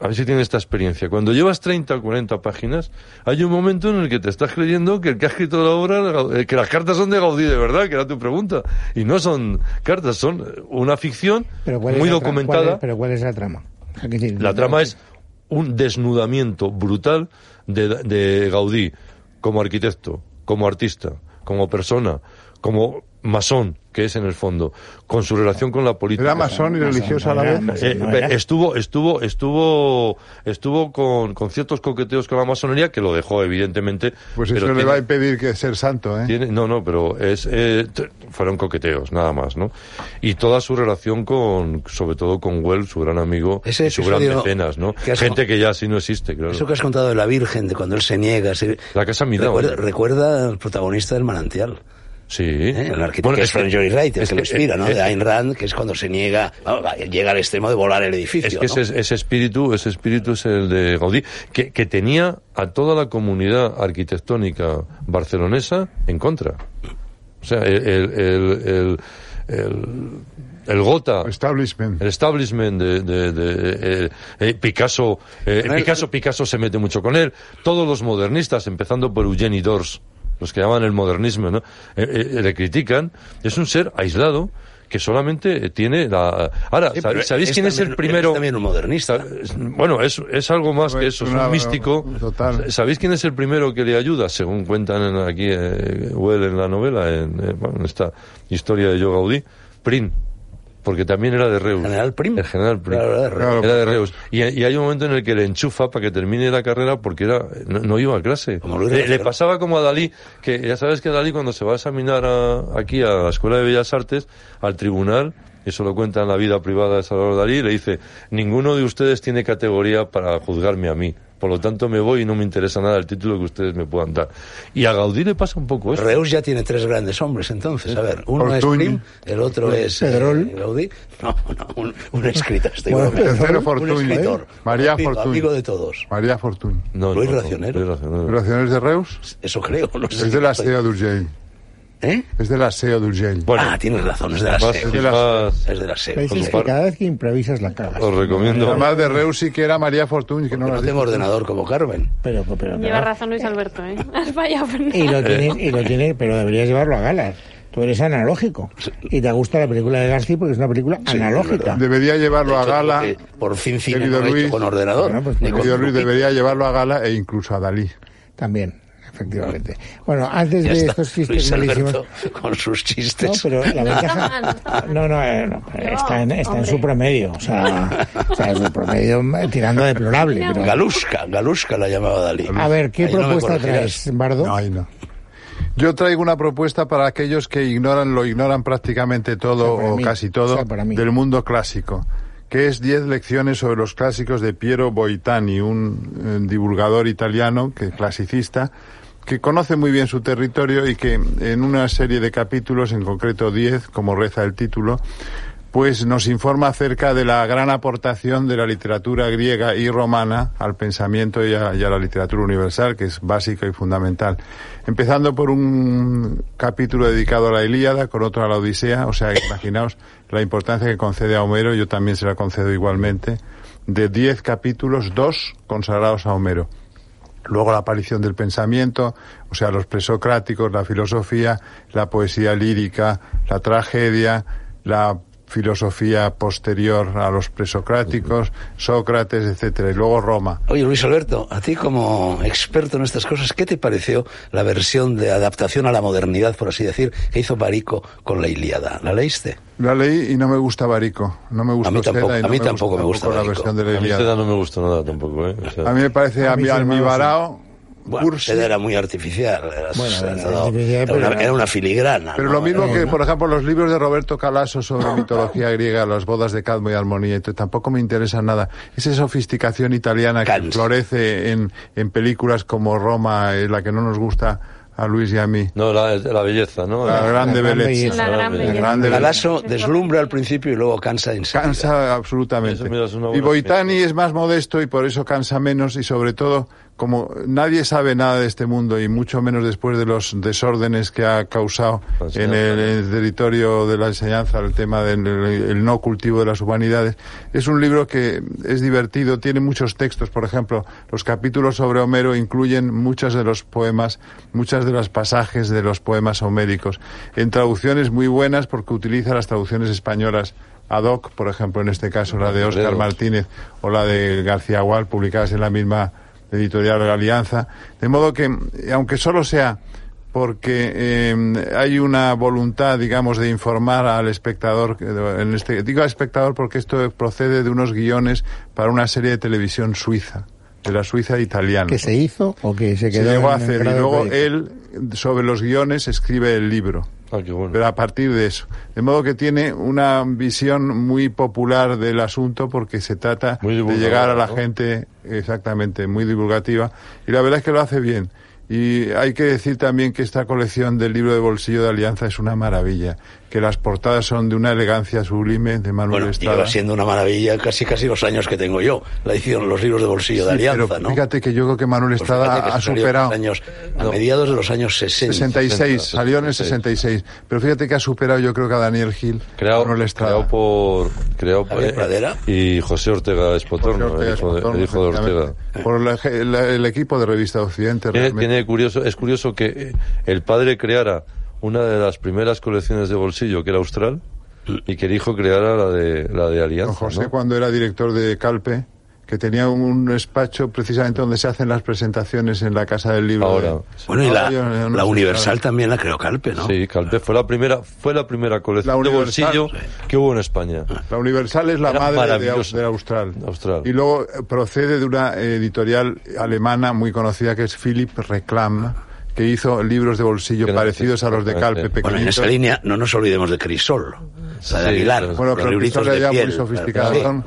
D: A ver si tienen esta experiencia. Cuando llevas 30 o 40 páginas, hay un momento en el que te estás creyendo que el que ha escrito la obra, eh, que las cartas son de Gaudí de verdad, que era tu pregunta. Y no son cartas, son eh, una ficción
A: Pero ¿cuál es
D: muy
A: la tra- cuál es-
D: documentada.
A: pero ¿cuál es la trama? Es decir,
D: La trama es un desnudamiento brutal de, de Gaudí como arquitecto, como artista, como persona, como masón, que es en el fondo, con su relación con la política.
C: Era masón y
A: Masón,
C: religioso a la
A: era
C: vez.
A: masón.
D: Eh,
A: no era.
D: estuvo estuvo estuvo estuvo con, con ciertos coqueteos con la masonería que lo dejó evidentemente
C: Pues
D: pero
C: eso le
D: tiene-
C: va a impedir que ser santo, ¿eh?
D: tiene- no, no, pero es, eh, t- fueron coqueteos, nada más, ¿no? Y toda su relación con, sobre todo con Wells, su gran amigo,
B: Ese
D: y su gran
B: episodio
D: mecenas, ¿no?
B: que has-
D: Gente que ya así no existe, claro.
B: Eso que has contado de la Virgen, de cuando él se niega. se-
D: La casa Milá,
B: recuerda,
D: hombre.
B: recuerda al protagonista del manantial.
D: Sí.
B: ¿eh? El arquitecto
D: Bueno,
B: que es Frank Lloyd Wright, el
D: es
B: que lo inspira, ¿no?
D: es-
B: de Ayn Rand, que es cuando se niega, vamos, va, llega al extremo de volar el edificio.
D: Es que
B: ¿no?
D: ese, ese espíritu, ese espíritu es el de Gaudí, que, que tenía a toda la comunidad arquitectónica barcelonesa en contra. O sea, el, el, el, el, el- el gota,
C: Establishment.
D: el establishment de, de- de- eh, eh, Picasso, eh,
B: Bueno, el-
D: Picasso, Picasso se mete mucho con él, todos los modernistas, empezando por Eugeni Dors, los que llaman el modernismo, ¿no? Eh, eh, le critican, es un ser aislado que solamente tiene la... Ahora,
B: Sí,
D: ¿sab-
B: pero
D: ¿sabéis
B: es
D: quién es
B: también-
D: el primero?
B: es también un modernista.
D: Es- Bueno, es, es algo más
C: No,
D: que
C: es
D: eso, es
C: una-
D: un místico.
C: total.
D: ¿Sabéis quién es el primero que le ayuda? Según cuentan en- aquí eh, Well en la novela, en, eh, bueno, en esta historia de Joe Gaudí, Prim, porque también era de Reus.
B: General Prim.
D: El general Prim.
B: Claro, era de Reus.
C: Claro.
D: Era de Reus. Y, y hay un momento en el que le enchufa para que termine la carrera porque era no, no iba a clase.
B: Como Luis
D: le,
B: Rafael.
D: le pasaba como a Dalí, que ya sabes que Dalí cuando se va a examinar a- aquí a la Escuela de Bellas Artes, al tribunal, eso lo cuenta en la vida privada de Salvador Dalí, le dice, ninguno de ustedes tiene categoría para juzgarme a mí. Por lo tanto, me voy y no me interesa nada el título que ustedes me puedan dar. Y a Gaudí le pasa un poco eso.
B: Reus ya tiene tres grandes hombres, entonces. A ver, uno
C: Fortuny.
B: es Prim, el otro es eh,
A: Pedrol.
B: Gaudí. No, no, un, un escritor. Estoy
A: Bueno,
B: bromeando.
A: Pedrol,
C: Tercero
B: un
C: Fortuny.
B: escritor.
C: María
B: amigo,
C: Fortuny.
B: Amigo de todos.
C: María Fortuny.
D: No,
B: Luis
D: no, no,
B: Racionero.
D: Luis Racionero.
C: ¿Relaciones de Reus?
B: Eso creo. No sé
C: Es de la
B: estoy-
C: SEO d'Urgell.
B: ¿Eh?
C: Es de la SEO d'Urgell.
D: Bueno,
B: ah, tienes razón, es de la
D: más-
B: SEO.
C: de la
D: más-
B: Es de la SEO.
D: eh,
A: ¿Veis?
B: Porque
A: Es que cada vez que improvisas la cagas.
D: os recomiendo.
C: Además de Reus sí que era María Fortuny, que no
B: no
C: la
B: tengo ordenador como Carmen.
A: Pero, pero, pero-
E: Lleva razón Luis Alberto, ¿eh? Has fallado, Fernando.
B: Eh.
A: Y lo tienes, y lo tienes, pero deberías llevarlo a galas. Tú eres analógico. Y te gusta la película de García porque es una película
B: Sí,
A: analógica.
C: Debería llevarlo
B: De
C: a
B: hecho,
C: gala.
D: eh,
B: creo que Por fin cine
C: querido
B: no lo he hecho
C: Luis.
B: con ordenador.
A: Bueno, pues,
B: ni con
C: Querido Luis,
B: truquito.
C: debería llevarlo a gala e incluso a Dalí.
A: También, efectivamente. Bueno, antes
B: Ya
A: de
B: está,
A: estos chistes
B: Luis
A: malísimos.
B: Alberto con sus
A: No,
B: chistes.
A: pero la ventaja. No, no, eh, no, está, en, está en su promedio. O sea, está en su promedio eh, tirando a deplorable. pero-
B: Galusca, Galusca la llamaba Dalí.
A: a ver, ¿qué
B: Ahí no me
A: propuesta
B: corregirás.
A: traes, Bardo?
C: No, ahí no. Yo traigo una propuesta para aquellos que ignoran, lo ignoran prácticamente todo
A: Esa para
C: o
A: mí,
C: casi todo
A: esa para mí.
C: del mundo clásico, que es 10 lecciones sobre los clásicos de Piero Boitani, un eh, divulgador italiano, que clasicista, que conoce muy bien su territorio y que en una serie de capítulos, en concreto 10, como reza el título, pues nos informa acerca de la gran aportación de la literatura griega y romana al pensamiento y a, y a la literatura universal, que es básica y fundamental. Empezando por un capítulo dedicado a la Ilíada, con otro a la Odisea, o sea, imaginaos la importancia que concede a Homero, yo también se la concedo igualmente, de diez capítulos, dos consagrados a Homero luego la aparición del pensamiento, o sea, los presocráticos, la filosofía, la poesía lírica, la tragedia, la filosofía posterior a los presocráticos, Sócrates, etcétera, y luego Roma.
B: Oye, Luis Alberto, a ti como experto en estas cosas, ¿qué te pareció la versión de adaptación a la modernidad, por así decir, que hizo Barico con la Ilíada? ¿La leíste?
C: La leí y no me gusta Barico, no me gusta
B: A mí
C: Osteda
B: tampoco-
C: y no
B: a mí tampoco me gusta
C: la
B: Barico.
C: versión de la
D: A mí
C: Ilíada.
D: Seda no me gustó nada tampoco, ¿eh? O sea,
C: A mí me parece
A: A mí sí,
C: almibarao,
B: Bueno,
C: cursi,
B: Seda era muy artificial. era-
A: Bueno, era
B: era-
A: artificial,
B: era una-
A: pero-
B: era una filigrana.
C: Pero
B: ¿no?
D: Ah,
C: lo mismo
B: Era
C: que,
B: una-
C: por ejemplo, los libros de Roberto Calasso sobre mitología griega, las bodas de Cadmo y Armonía, entonces tampoco me interesa nada. Esa sofisticación italiana que
B: Cans.
C: florece en, en películas como Roma, eh, la que no nos gusta a Luis y a mí.
D: No, la, la belleza, ¿no?
C: La grande
A: gran belleza.
C: belleza.
E: La gran
C: La
E: belleza.
C: grande belleza.
B: Galasso deslumbra al principio y luego cansa enseguida.
C: Cansa absolutamente.
D: Eso, mira, es una
C: Y
D: buena
C: Boitani
D: experiencia.
C: es más modesto y por eso cansa menos y sobre todo, como nadie sabe nada de este mundo y mucho menos después de los desórdenes que ha causado
D: Pues
C: en
D: sí,
C: el, el territorio de la enseñanza, el tema del el no cultivo de las humanidades. Es un libro que es divertido, tiene muchos textos, por ejemplo, los capítulos sobre Homero incluyen muchos de los poemas, muchas de los pasajes de los poemas homéricos, en traducciones muy buenas porque utiliza las traducciones españolas ad hoc, por ejemplo, en este caso la de Óscar
D: Guerreros.
C: Martínez o la de García Gual, publicadas en la misma editorial de la Alianza. De modo que, eh, aunque solo sea porque eh, hay una voluntad, digamos, de informar al espectador, eh, en este, digo al espectador porque esto procede de unos guiones para una serie de televisión suiza, de la Suiza italiana.
A: ¿Que se hizo o que se
C: Se
A: quedó
C: llegó a
A: en el
C: hacer y
A: grado de
C: luego
A: proyecto?
C: él, sobre los guiones, escribe el libro
D: Ah, qué bueno.
C: pero a partir de eso. De modo que tiene una visión muy popular del asunto porque se trata
D: Muy
C: de
D: divulgadora,
C: llegar a la
D: ¿no?
C: gente exactamente muy divulgativa y la verdad es que lo hace bien. Y hay que decir también que esta colección del libro de bolsillo de Alianza es una maravilla, que las portadas son de una elegancia sublime de Manuel
B: Bueno,
C: Estrada.
B: lleva siendo una maravilla casi casi los años que tengo yo. La hicieron los libros de bolsillo de
C: Sí,
B: Alianza,
C: pero
B: ¿no?
C: fíjate que yo creo que Manuel
B: Pues
C: Estrada
B: fíjate que
C: ha
B: salió en
C: superado.
B: los años- a
D: No.
B: mediados de los años 60.
C: 66,
D: 60,
C: salió en el
D: 66.
C: 66. Pero fíjate que ha superado yo creo que a Daniel Gil,
D: Creado,
C: Manuel Estrada.
D: creado por. Creado por eh,
B: Javier Pradera.
D: y José Ortega Espotorno,
C: Jorge
D: el, hijo de-
C: Espotorno,
D: el hijo de Ortega.
C: efectivamente. Por la- la- el equipo de Revista Occidente.
D: Tiene-
C: realmente.
D: tiene curioso, es curioso que eh, el padre creara una de las primeras colecciones de bolsillo, que era austral, y que el hijo creara la de, la de Alianza.
C: Don José,
D: ¿no?
C: cuando era director de Calpe, que tenía un despacho precisamente donde se hacen las presentaciones en la Casa del Libro.
D: Ahora,
C: de-
D: sí.
B: Bueno, y
C: Ahora
B: la,
C: yo no sé
B: la
C: si
B: Universal
C: sabe.
B: también la creó Calpe, ¿no?
D: Sí, Calpe fue la primera, fue la primera colección
C: La
D: de
C: Universal,
D: bolsillo que hubo en España.
B: Ah.
C: La Universal es la
D: Era
C: madre de, Aus-
D: maravillosa.
C: de Austral.
D: Austral.
C: Y luego eh, procede de una editorial alemana muy conocida que es Philipp Reclam, que hizo libros de bolsillo
D: Gracias.
C: parecidos a los de Calpe,
D: Bueno, en
B: Bueno, en
C: pequeñitos.
B: esa línea no nos olvidemos de Crisol, la de
D: Sí,
B: Aguilar.
D: los-
C: Bueno,
B: los
C: pero
B: libritos
C: pistolas
B: de
C: ya
B: piel,
C: muy sofisticadas.
B: sí.
C: Son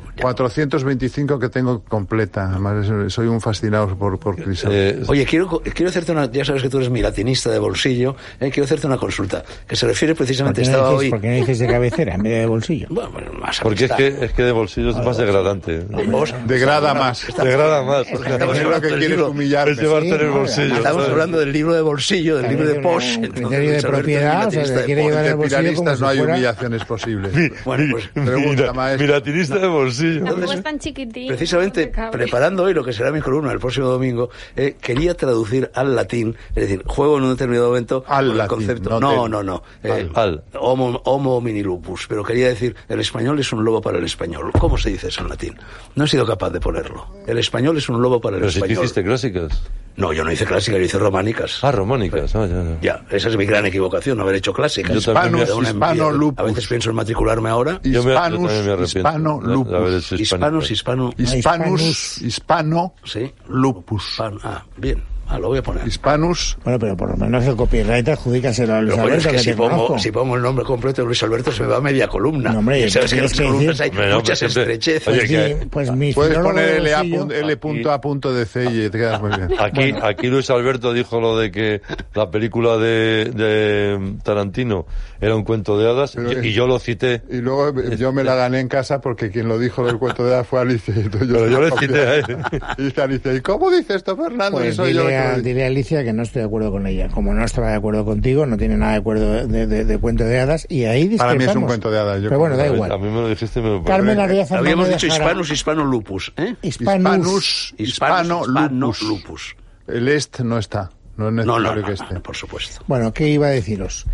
C: 425 que tengo completa. Además, es- soy un fascinado por, por Crisal.
D: Eh,
B: Oye, quiero, quiero hacerte una, ya sabes que tú eres mi latinista de bolsillo, eh, quiero hacerte una consulta, que se refiere
A: ¿Por
B: precisamente,
A: qué, no
B: estaba
A: dices,
B: hoy...
A: por qué no dices de cabecera en vez de bolsillo?
B: Bueno, bueno, más
D: porque es
B: amistad.
D: que, es que de bolsillo es
B: Ah,
D: más degradante. ¿eh?
B: Vos-
C: Degrada más.
D: Degrada más.
B: estamos
C: Es lo
B: hablando
C: que
B: del
C: quieres
B: libro.
C: humillarme.
D: Es llevarte en el
A: no,
D: bolsillo.
B: Estamos
D: ¿sabes?
B: hablando del libro de bolsillo, del libro de
A: También
B: Posh.
A: un
B: entonces,
A: criterio de
B: Isabel,
A: propiedad, o sea,
B: latinista
A: le
B: de
A: quiere
B: Posh.
A: llevar
C: Entre
A: el bolsillo como
C: pilaristas
A: si
C: no hay
A: fuera-
C: humillaciones posibles.
B: Bueno, pues
C: Pregunta,
D: Mira,
C: maestro.
D: mira, tinista de bolsillo.
E: Tampoco es tan chiquitín.
B: Precisamente
E: no te cabe.
B: preparando hoy lo que será mi columna el próximo domingo, eh, quería traducir al latín, es decir, juego en un determinado momento
C: Al
B: con el
C: latín,
B: concepto.
C: no
B: No,
C: del-
B: no, no. eh,
D: Al.
B: Homo, homo homini lupus, pero quería decir, el español es un lobo para el español. ¿Cómo se dice eso en latín? No he sido capaz de ponerlo. El español es un lobo para el
D: Pero si tú
B: español.
D: hiciste clásicas.
B: No, yo no hice clásicas, yo hice románicas.
D: Ah, románicas. ah, ya, ya.
B: Ya, esa es mi gran equivocación, no haber hecho clásicas.
D: Yo también me-
B: Me da una envidia.
C: hispano
B: A veces
C: lupus.
B: pienso en matricularme ahora.
D: Yo me- yo
C: Hispanus,
D: también me arrepiento
C: hispano
D: de- de haber
C: lupus.
D: hecho pues.
B: Hispanos, hispanos.
C: Hispanus, hispano,
B: Sí.
C: lupus.
B: Pan- Ah, bien. Ah, lo voy a poner.
C: Hispanus,
A: Bueno, pero por lo menos el copyright adjudícaselo a Luis
B: Lo bueno es
A: Alberto,
B: que
A: que
B: si
A: te
B: pongo,
A: conozco.
B: si pongo el nombre completo de Luis Alberto se me va media columna.
A: No, hombre,
B: Y sabes que en
A: tienes
B: las
A: que
B: columnas
A: decir-
B: hay
D: Hombre, no,
B: muchas
D: pero siempre-
B: estrecheces.
D: Oye,
A: Pues sí,
D: que-
A: pues mi
C: Puedes
A: filólogo
C: poner
A: de
C: L a,
A: bolsillo-
C: punto, L punto a punto de C y te quedas muy bien.
D: Aquí, aquí Luis Alberto dijo lo de que la película de, de mm, Tarantino era un cuento de hadas
C: Pero
D: y-
C: es-
D: y yo lo cité.
C: Y luego eh, yo me la gané en casa porque quien lo dijo del cuento de edad fue Alicia. Entonces
D: Pero yo
C: la
D: le
C: copié.
D: cité a él.
C: Y dice Alicia, ¿y cómo dice esto Fernando? Y
A: Pues
C: soy
A: dile,
C: yo la que
A: a,
C: lo dice.
A: dile a Alicia que no estoy de acuerdo con ella. Como no estaba de acuerdo contigo, no tiene nada de acuerdo de, de- de cuento de hadas. Y ahí
C: Para mí es un
A: discrepamos.
C: cuento de hadas, yo
A: Pero bueno, da
C: creo.
D: A
A: igual.
D: mí me lo dijiste y me lo
A: Carmen Arias
B: Habíamos
A: Fernández
B: dicho
A: de Jara-
B: hispanos, hispano lupus. ¿eh?
A: Hispanus.
C: Hispanus, hispano, lupus.
B: lupus.
C: El est no está. No es
B: No,
C: necesario
B: no, no,
C: que
B: no,
C: esté.
A: este.
B: no, por supuesto.
A: Bueno, ¿qué iba a deciros?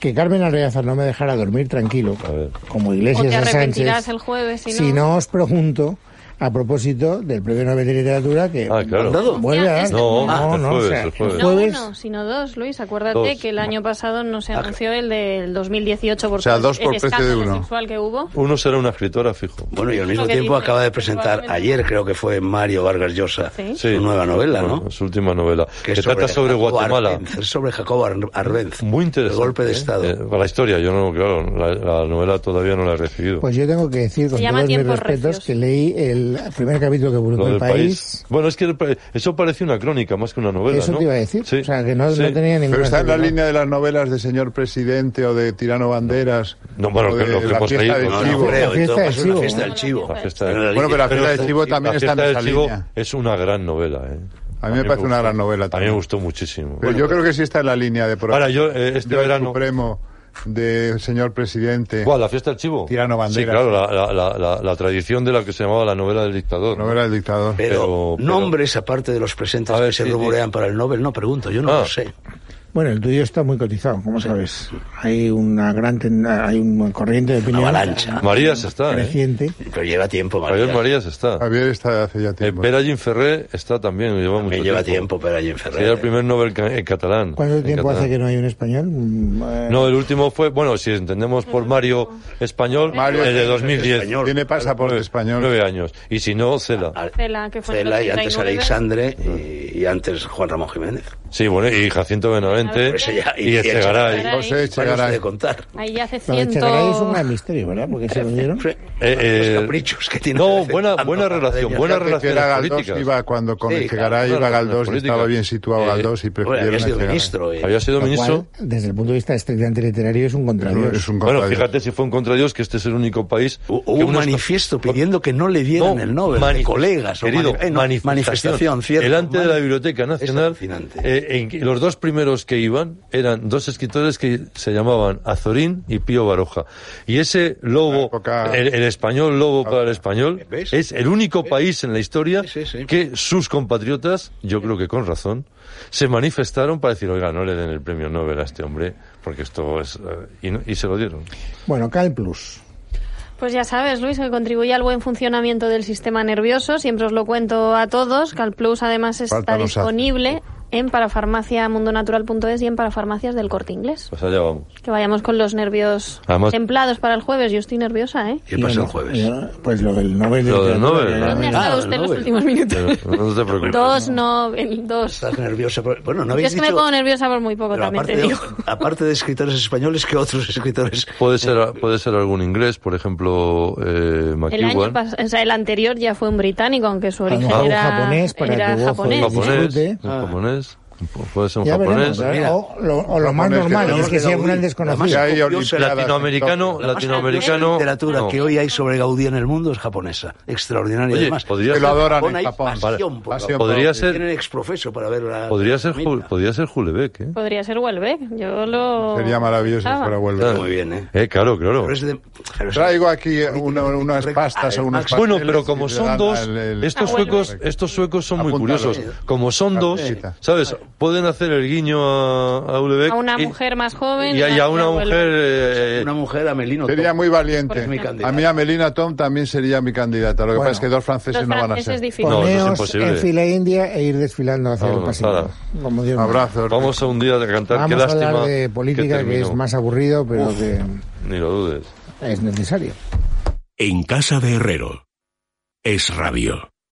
A: Que Carmen Arreaza no me dejara dormir tranquilo,
D: A ver.
A: como
E: O
A: Iglesias
E: te
A: a
E: arrepentirás
A: Sánchez.
E: el jueves, si no.
A: Si no os pregunto, a propósito del Premio Nobel de Literatura, que
D: Ah,
B: ¿Mandado?
D: claro.
A: vuelve a dar...
D: No, el
A: o
D: jueves,
A: sea,
D: el jueves.
E: este No uno, sino dos, Luis. Acuérdate
D: Dos.
E: que el año pasado no se
B: Ah,
E: anunció el del 2018 por
C: O sea, dos por
E: el
C: precio de
E: escándalo
C: uno.
E: sexual que hubo.
D: Uno será una escritora, fijo.
B: Bueno, y al mismo
E: Lo que
B: tiempo
E: dice,
B: acaba de presentar
E: probablemente.
B: ayer, creo que fue Mario Vargas Llosa,
E: Sí.
D: Sí.
B: su nueva novela, ¿no?
D: Bueno, su última novela. Que,
B: es
D: trata sobre
B: Jacobo
D: Guatemala.
B: Arbenz, es sobre Jacobo Ar- Arbenz.
D: Muy interesante.
B: El golpe de
D: ¿eh?
B: Estado.
D: Eh, la historia, yo no, claro, la, la novela todavía no la he recibido.
A: Pues yo tengo que decir, con
E: Se llama
A: todos mis
E: Tiempos
A: respetos,
E: Recios.
A: que leí el primer capítulo que
D: Lo
A: publicó
D: del
A: el país.
D: Pues Bueno, es que el pa- eso parece una crónica más que una novela,
A: Eso
D: ¿no?
A: te iba a decir.
D: Sí.
A: O sea, que no,
D: Sí.
A: no tenía ninguna.
C: Pero está en la
A: seguridad.
C: línea de las novelas de señor presidente o de Tirano Banderas.
D: No, bueno,
C: o
D: que
C: de
D: lo que
C: la
D: hemos
C: fiesta
D: leído,
B: No,
C: del
B: no
C: chivo.
B: creo. En
A: fiesta
B: todo
A: del
B: caso, la
A: chivo,
B: fiesta
A: ¿no?
B: del chivo.
D: La Eh, fiesta
B: Era
D: del-
C: Bueno, pero la
B: línea.
C: fiesta del chivo
D: La
C: también está en
D: fiesta
C: esa
D: del chivo
C: línea.
D: es una gran novela, ¿eh?
C: A mí me parece una
D: gustó.
C: gran novela
D: A mí me
C: también.
D: gustó muchísimo.
C: Pero yo creo que sí está en la línea de por-
D: Ahora, yo, eh, este
C: Yo el
D: verano-
C: Supremo de señor presidente.
D: ¿Cuál? ¿La fiesta del chivo?
C: Tirano
D: Sí,
C: Banderas.
D: claro, la, la- la- la- la tradición de la que se llamaba la novela del dictador. ¿no?
C: Novela del dictador.
B: Pero,
D: Pero- pero-
B: nombres aparte de los presentes
D: A ver,
B: que se
D: sí,
B: rumorean para el Nobel, no pregunto, yo no
D: Ah.
B: lo sé.
A: Bueno, el tuyo está muy cotizado, como sabes. Hay una gran ten- hay una corriente de opinión
B: avalancha.
D: Marías está, ¿eh?
A: creciente.
B: Pero lleva tiempo, María.
D: Javier Marías está.
C: Javier está hace ya
D: Eh,
C: tiempo.
D: Pera Ferré está también, lleva
B: Me
D: mucho
B: lleva tiempo,
D: tiempo.
B: ¿eh? pero allí en
D: Sería
B: Ferrer.
D: el primer Nobel ca- en catalán.
A: ¿Cuánto
D: En
A: tiempo
D: catalán.
A: hace que no hay un español? Mm, eh,
D: No, el último fue, bueno, si entendemos por Mario español,
C: Mario
D: el de
C: es
D: 2010.
B: español.
C: Tiene pasaporte español.
D: Nueve años. Y si no, Cela.
B: Al-
E: Cela, que fue en
B: Cela, y antes
E: 89.
B: Alexandre
D: Ah.
B: y, y antes Juan Ramón Jiménez.
D: Sí, bueno, y Jacinto Benavente.
E: Por eso
B: Pues ya-
D: y
B: y
D: Echegaray.
E: Echegaray.
D: Eh,
C: No sé,
B: Bueno, se
C: llegará.
B: de contar.
E: Ahí ya hace
A: Lo de
E: 100.
A: Echegaray es un gran misterio, ¿verdad? Porque se vendieron.
D: eh,
B: Los caprichos que tiene de
D: No,
B: vez en
D: buena,
B: cuando
D: buena
B: para
D: relación,
B: Academia.
D: buena
C: Fíjate que
D: relación
C: era Galdós,
D: política.
C: iba cuando con
B: Sí,
C: el Echegaray
D: claro,
C: iba
D: claro,
C: Galdós y
D: políticas.
C: estaba bien situado
D: Eh,
C: Galdós y
B: Bueno,
C: prefirieron
B: había sido
C: Echegaray.
B: ministro. eh.
D: Había sido
A: Lo cual,
D: ministro.
A: desde el punto de vista estrictamente literario, es un
C: Es un-
A: contrario.
C: es un
D: Bueno,
C: contrario.
D: fíjate si fue un contra Dios que este es el único país.
B: Hubo
D: que
B: un
D: unos-
B: manifiesto pidiendo que no le dieran
D: No,
B: el Nobel, de
D: manif-
B: colegas. o
D: Querido,
B: mani- eh, no,
D: manifestación.
B: manifestación, cierto.
D: Delante de la
B: Mani-
D: Biblioteca Nacional,
B: Es alucinante.
D: eh, en- los dos primeros que iban eran dos escritores que se llamaban Azorín y Pío Baroja. Y ese
C: La
D: lobo,
C: época-
D: el, el español lobo para el español,
B: Ah, ¿Ves?
D: es el único país en la historia
B: Sí, sí, sí.
D: que sus compatriotas, yo creo que con razón, se manifestaron para decir, oiga, no le den el premio Nobel a este hombre, porque esto es... eh, y no- y se lo dieron.
A: Bueno, Cal Plus.
E: Pues ya sabes, Luis, que contribuye al buen funcionamiento del sistema nervioso. Siempre os lo cuento a todos. CalPlus además está
C: Falta nos hace.
E: disponible en parafarmaciamundonatural.es y en parafarmacias del corte inglés.
D: Pues allá vamos.
E: Que vayamos con los nervios
D: Además-
E: templados para el jueves. Yo estoy nerviosa, ¿eh?
B: ¿Qué pasa
A: Yo
B: el
A: no-
B: jueves?
A: yo no- pues lo del Nobel. de
D: Lo del
A: literatura, que
D: Nobel, ¿no?
E: ¿Dónde ha
A: realmente-
E: estado
B: Ah,
E: usted
B: no,
E: los
B: eh.
E: últimos minutos?
D: Pero no te preocupes.
E: Dos, no, el dos.
B: Estás nervioso. por- Bueno, no
E: Yo
B: habéis
E: es que me
B: dicho...
E: pongo nerviosa por muy poco,
B: pero
E: también
B: aparte,
E: te digo.
B: de, aparte de escritores españoles, ¿qué otros escritores?
D: Puede ser, puede ser algún inglés, por ejemplo, eh,
E: El año
D: McEwan.
E: pas- o sea, el anterior ya fue un británico, aunque su
B: Ah,
A: A lo
D: Ah,
E: origen
A: mejor un
E: era
A: japonés para
E: era
A: que vos
E: japonés.
A: jodas.
D: japonés,
A: disfrute.
D: un japonés, pu- puede ser un
A: Ya
D: japonés,
A: veremos, a ver, o, lo, o lo más
C: Japonés, que
A: normal
C: tenemos
A: es que
B: que
A: sea un
B: Gaudí.
A: gran desconocido.
C: Ya hay
B: Copiosa
C: olimpiadas en
D: latinoamericano,
C: Tokio.
D: latinoamericano.
B: literatura
D: no.
B: que hoy hay sobre Gaudí en el mundo es japonesa. Extraordinaria
D: Oye,
B: además.
D: podría
C: Que lo
D: ser-
C: adoran
B: Japón
C: en
B: hay
C: Japón.
B: pasión por
C: Pasión
B: Japón.
D: Podría ser-
B: Tienen exprofeso para ver
A: ¿eh?
B: la...
D: Podría ser, Ju-
B: Mira.
D: podría ser Julebeck, ¿eh?
E: Podría ser Welbeck, yo lo...
C: Sería maravilloso
E: Ah.
C: para fuera
D: Claro.
C: vuelve.
B: Muy bien, ¿eh?
D: Eh, claro, claro.
B: Pero es de- pero es-
C: Traigo aquí una- unas pastas o unas
D: Bueno,
C: pasteles
D: pero
C: y
D: como
C: le
D: son
C: dan
D: dos,
C: al- el-
D: estos
E: Ah, bueno.
D: suecos, estos suecos son muy
C: Apúntalo.
D: curiosos. Como son dos,
C: Carpetita.
D: ¿sabes? Pueden hacer el guiño a, a Ulebeck
E: A una
D: y-
E: mujer más joven.
D: y hay a una mujer eh,
B: Una mujer amelino.
C: Sería muy valiente.
B: mi candidata.
C: A mí Amelina Tom también sería mi candidata. Lo que
A: Bueno.
C: pasa es que dos franceses
E: Los
C: no van a ser.
E: franceses difícil.
D: No, eso es
A: Poneos
D: imposible.
A: en fila india e ir desfilando hacia
D: No,
A: el
D: no,
A: pasillo.
D: nada.
A: Como Dios manda.
C: Abrazos.
D: Vamos a un día de cantar,
A: Vamos
D: qué
A: a
D: lástima.
A: hablar de
D: que
A: política, que, es
D: terminó.
A: más aburrido, pero que
D: Ni lo dudes.
A: es necesario.
F: En casa de Herrero. Es radio.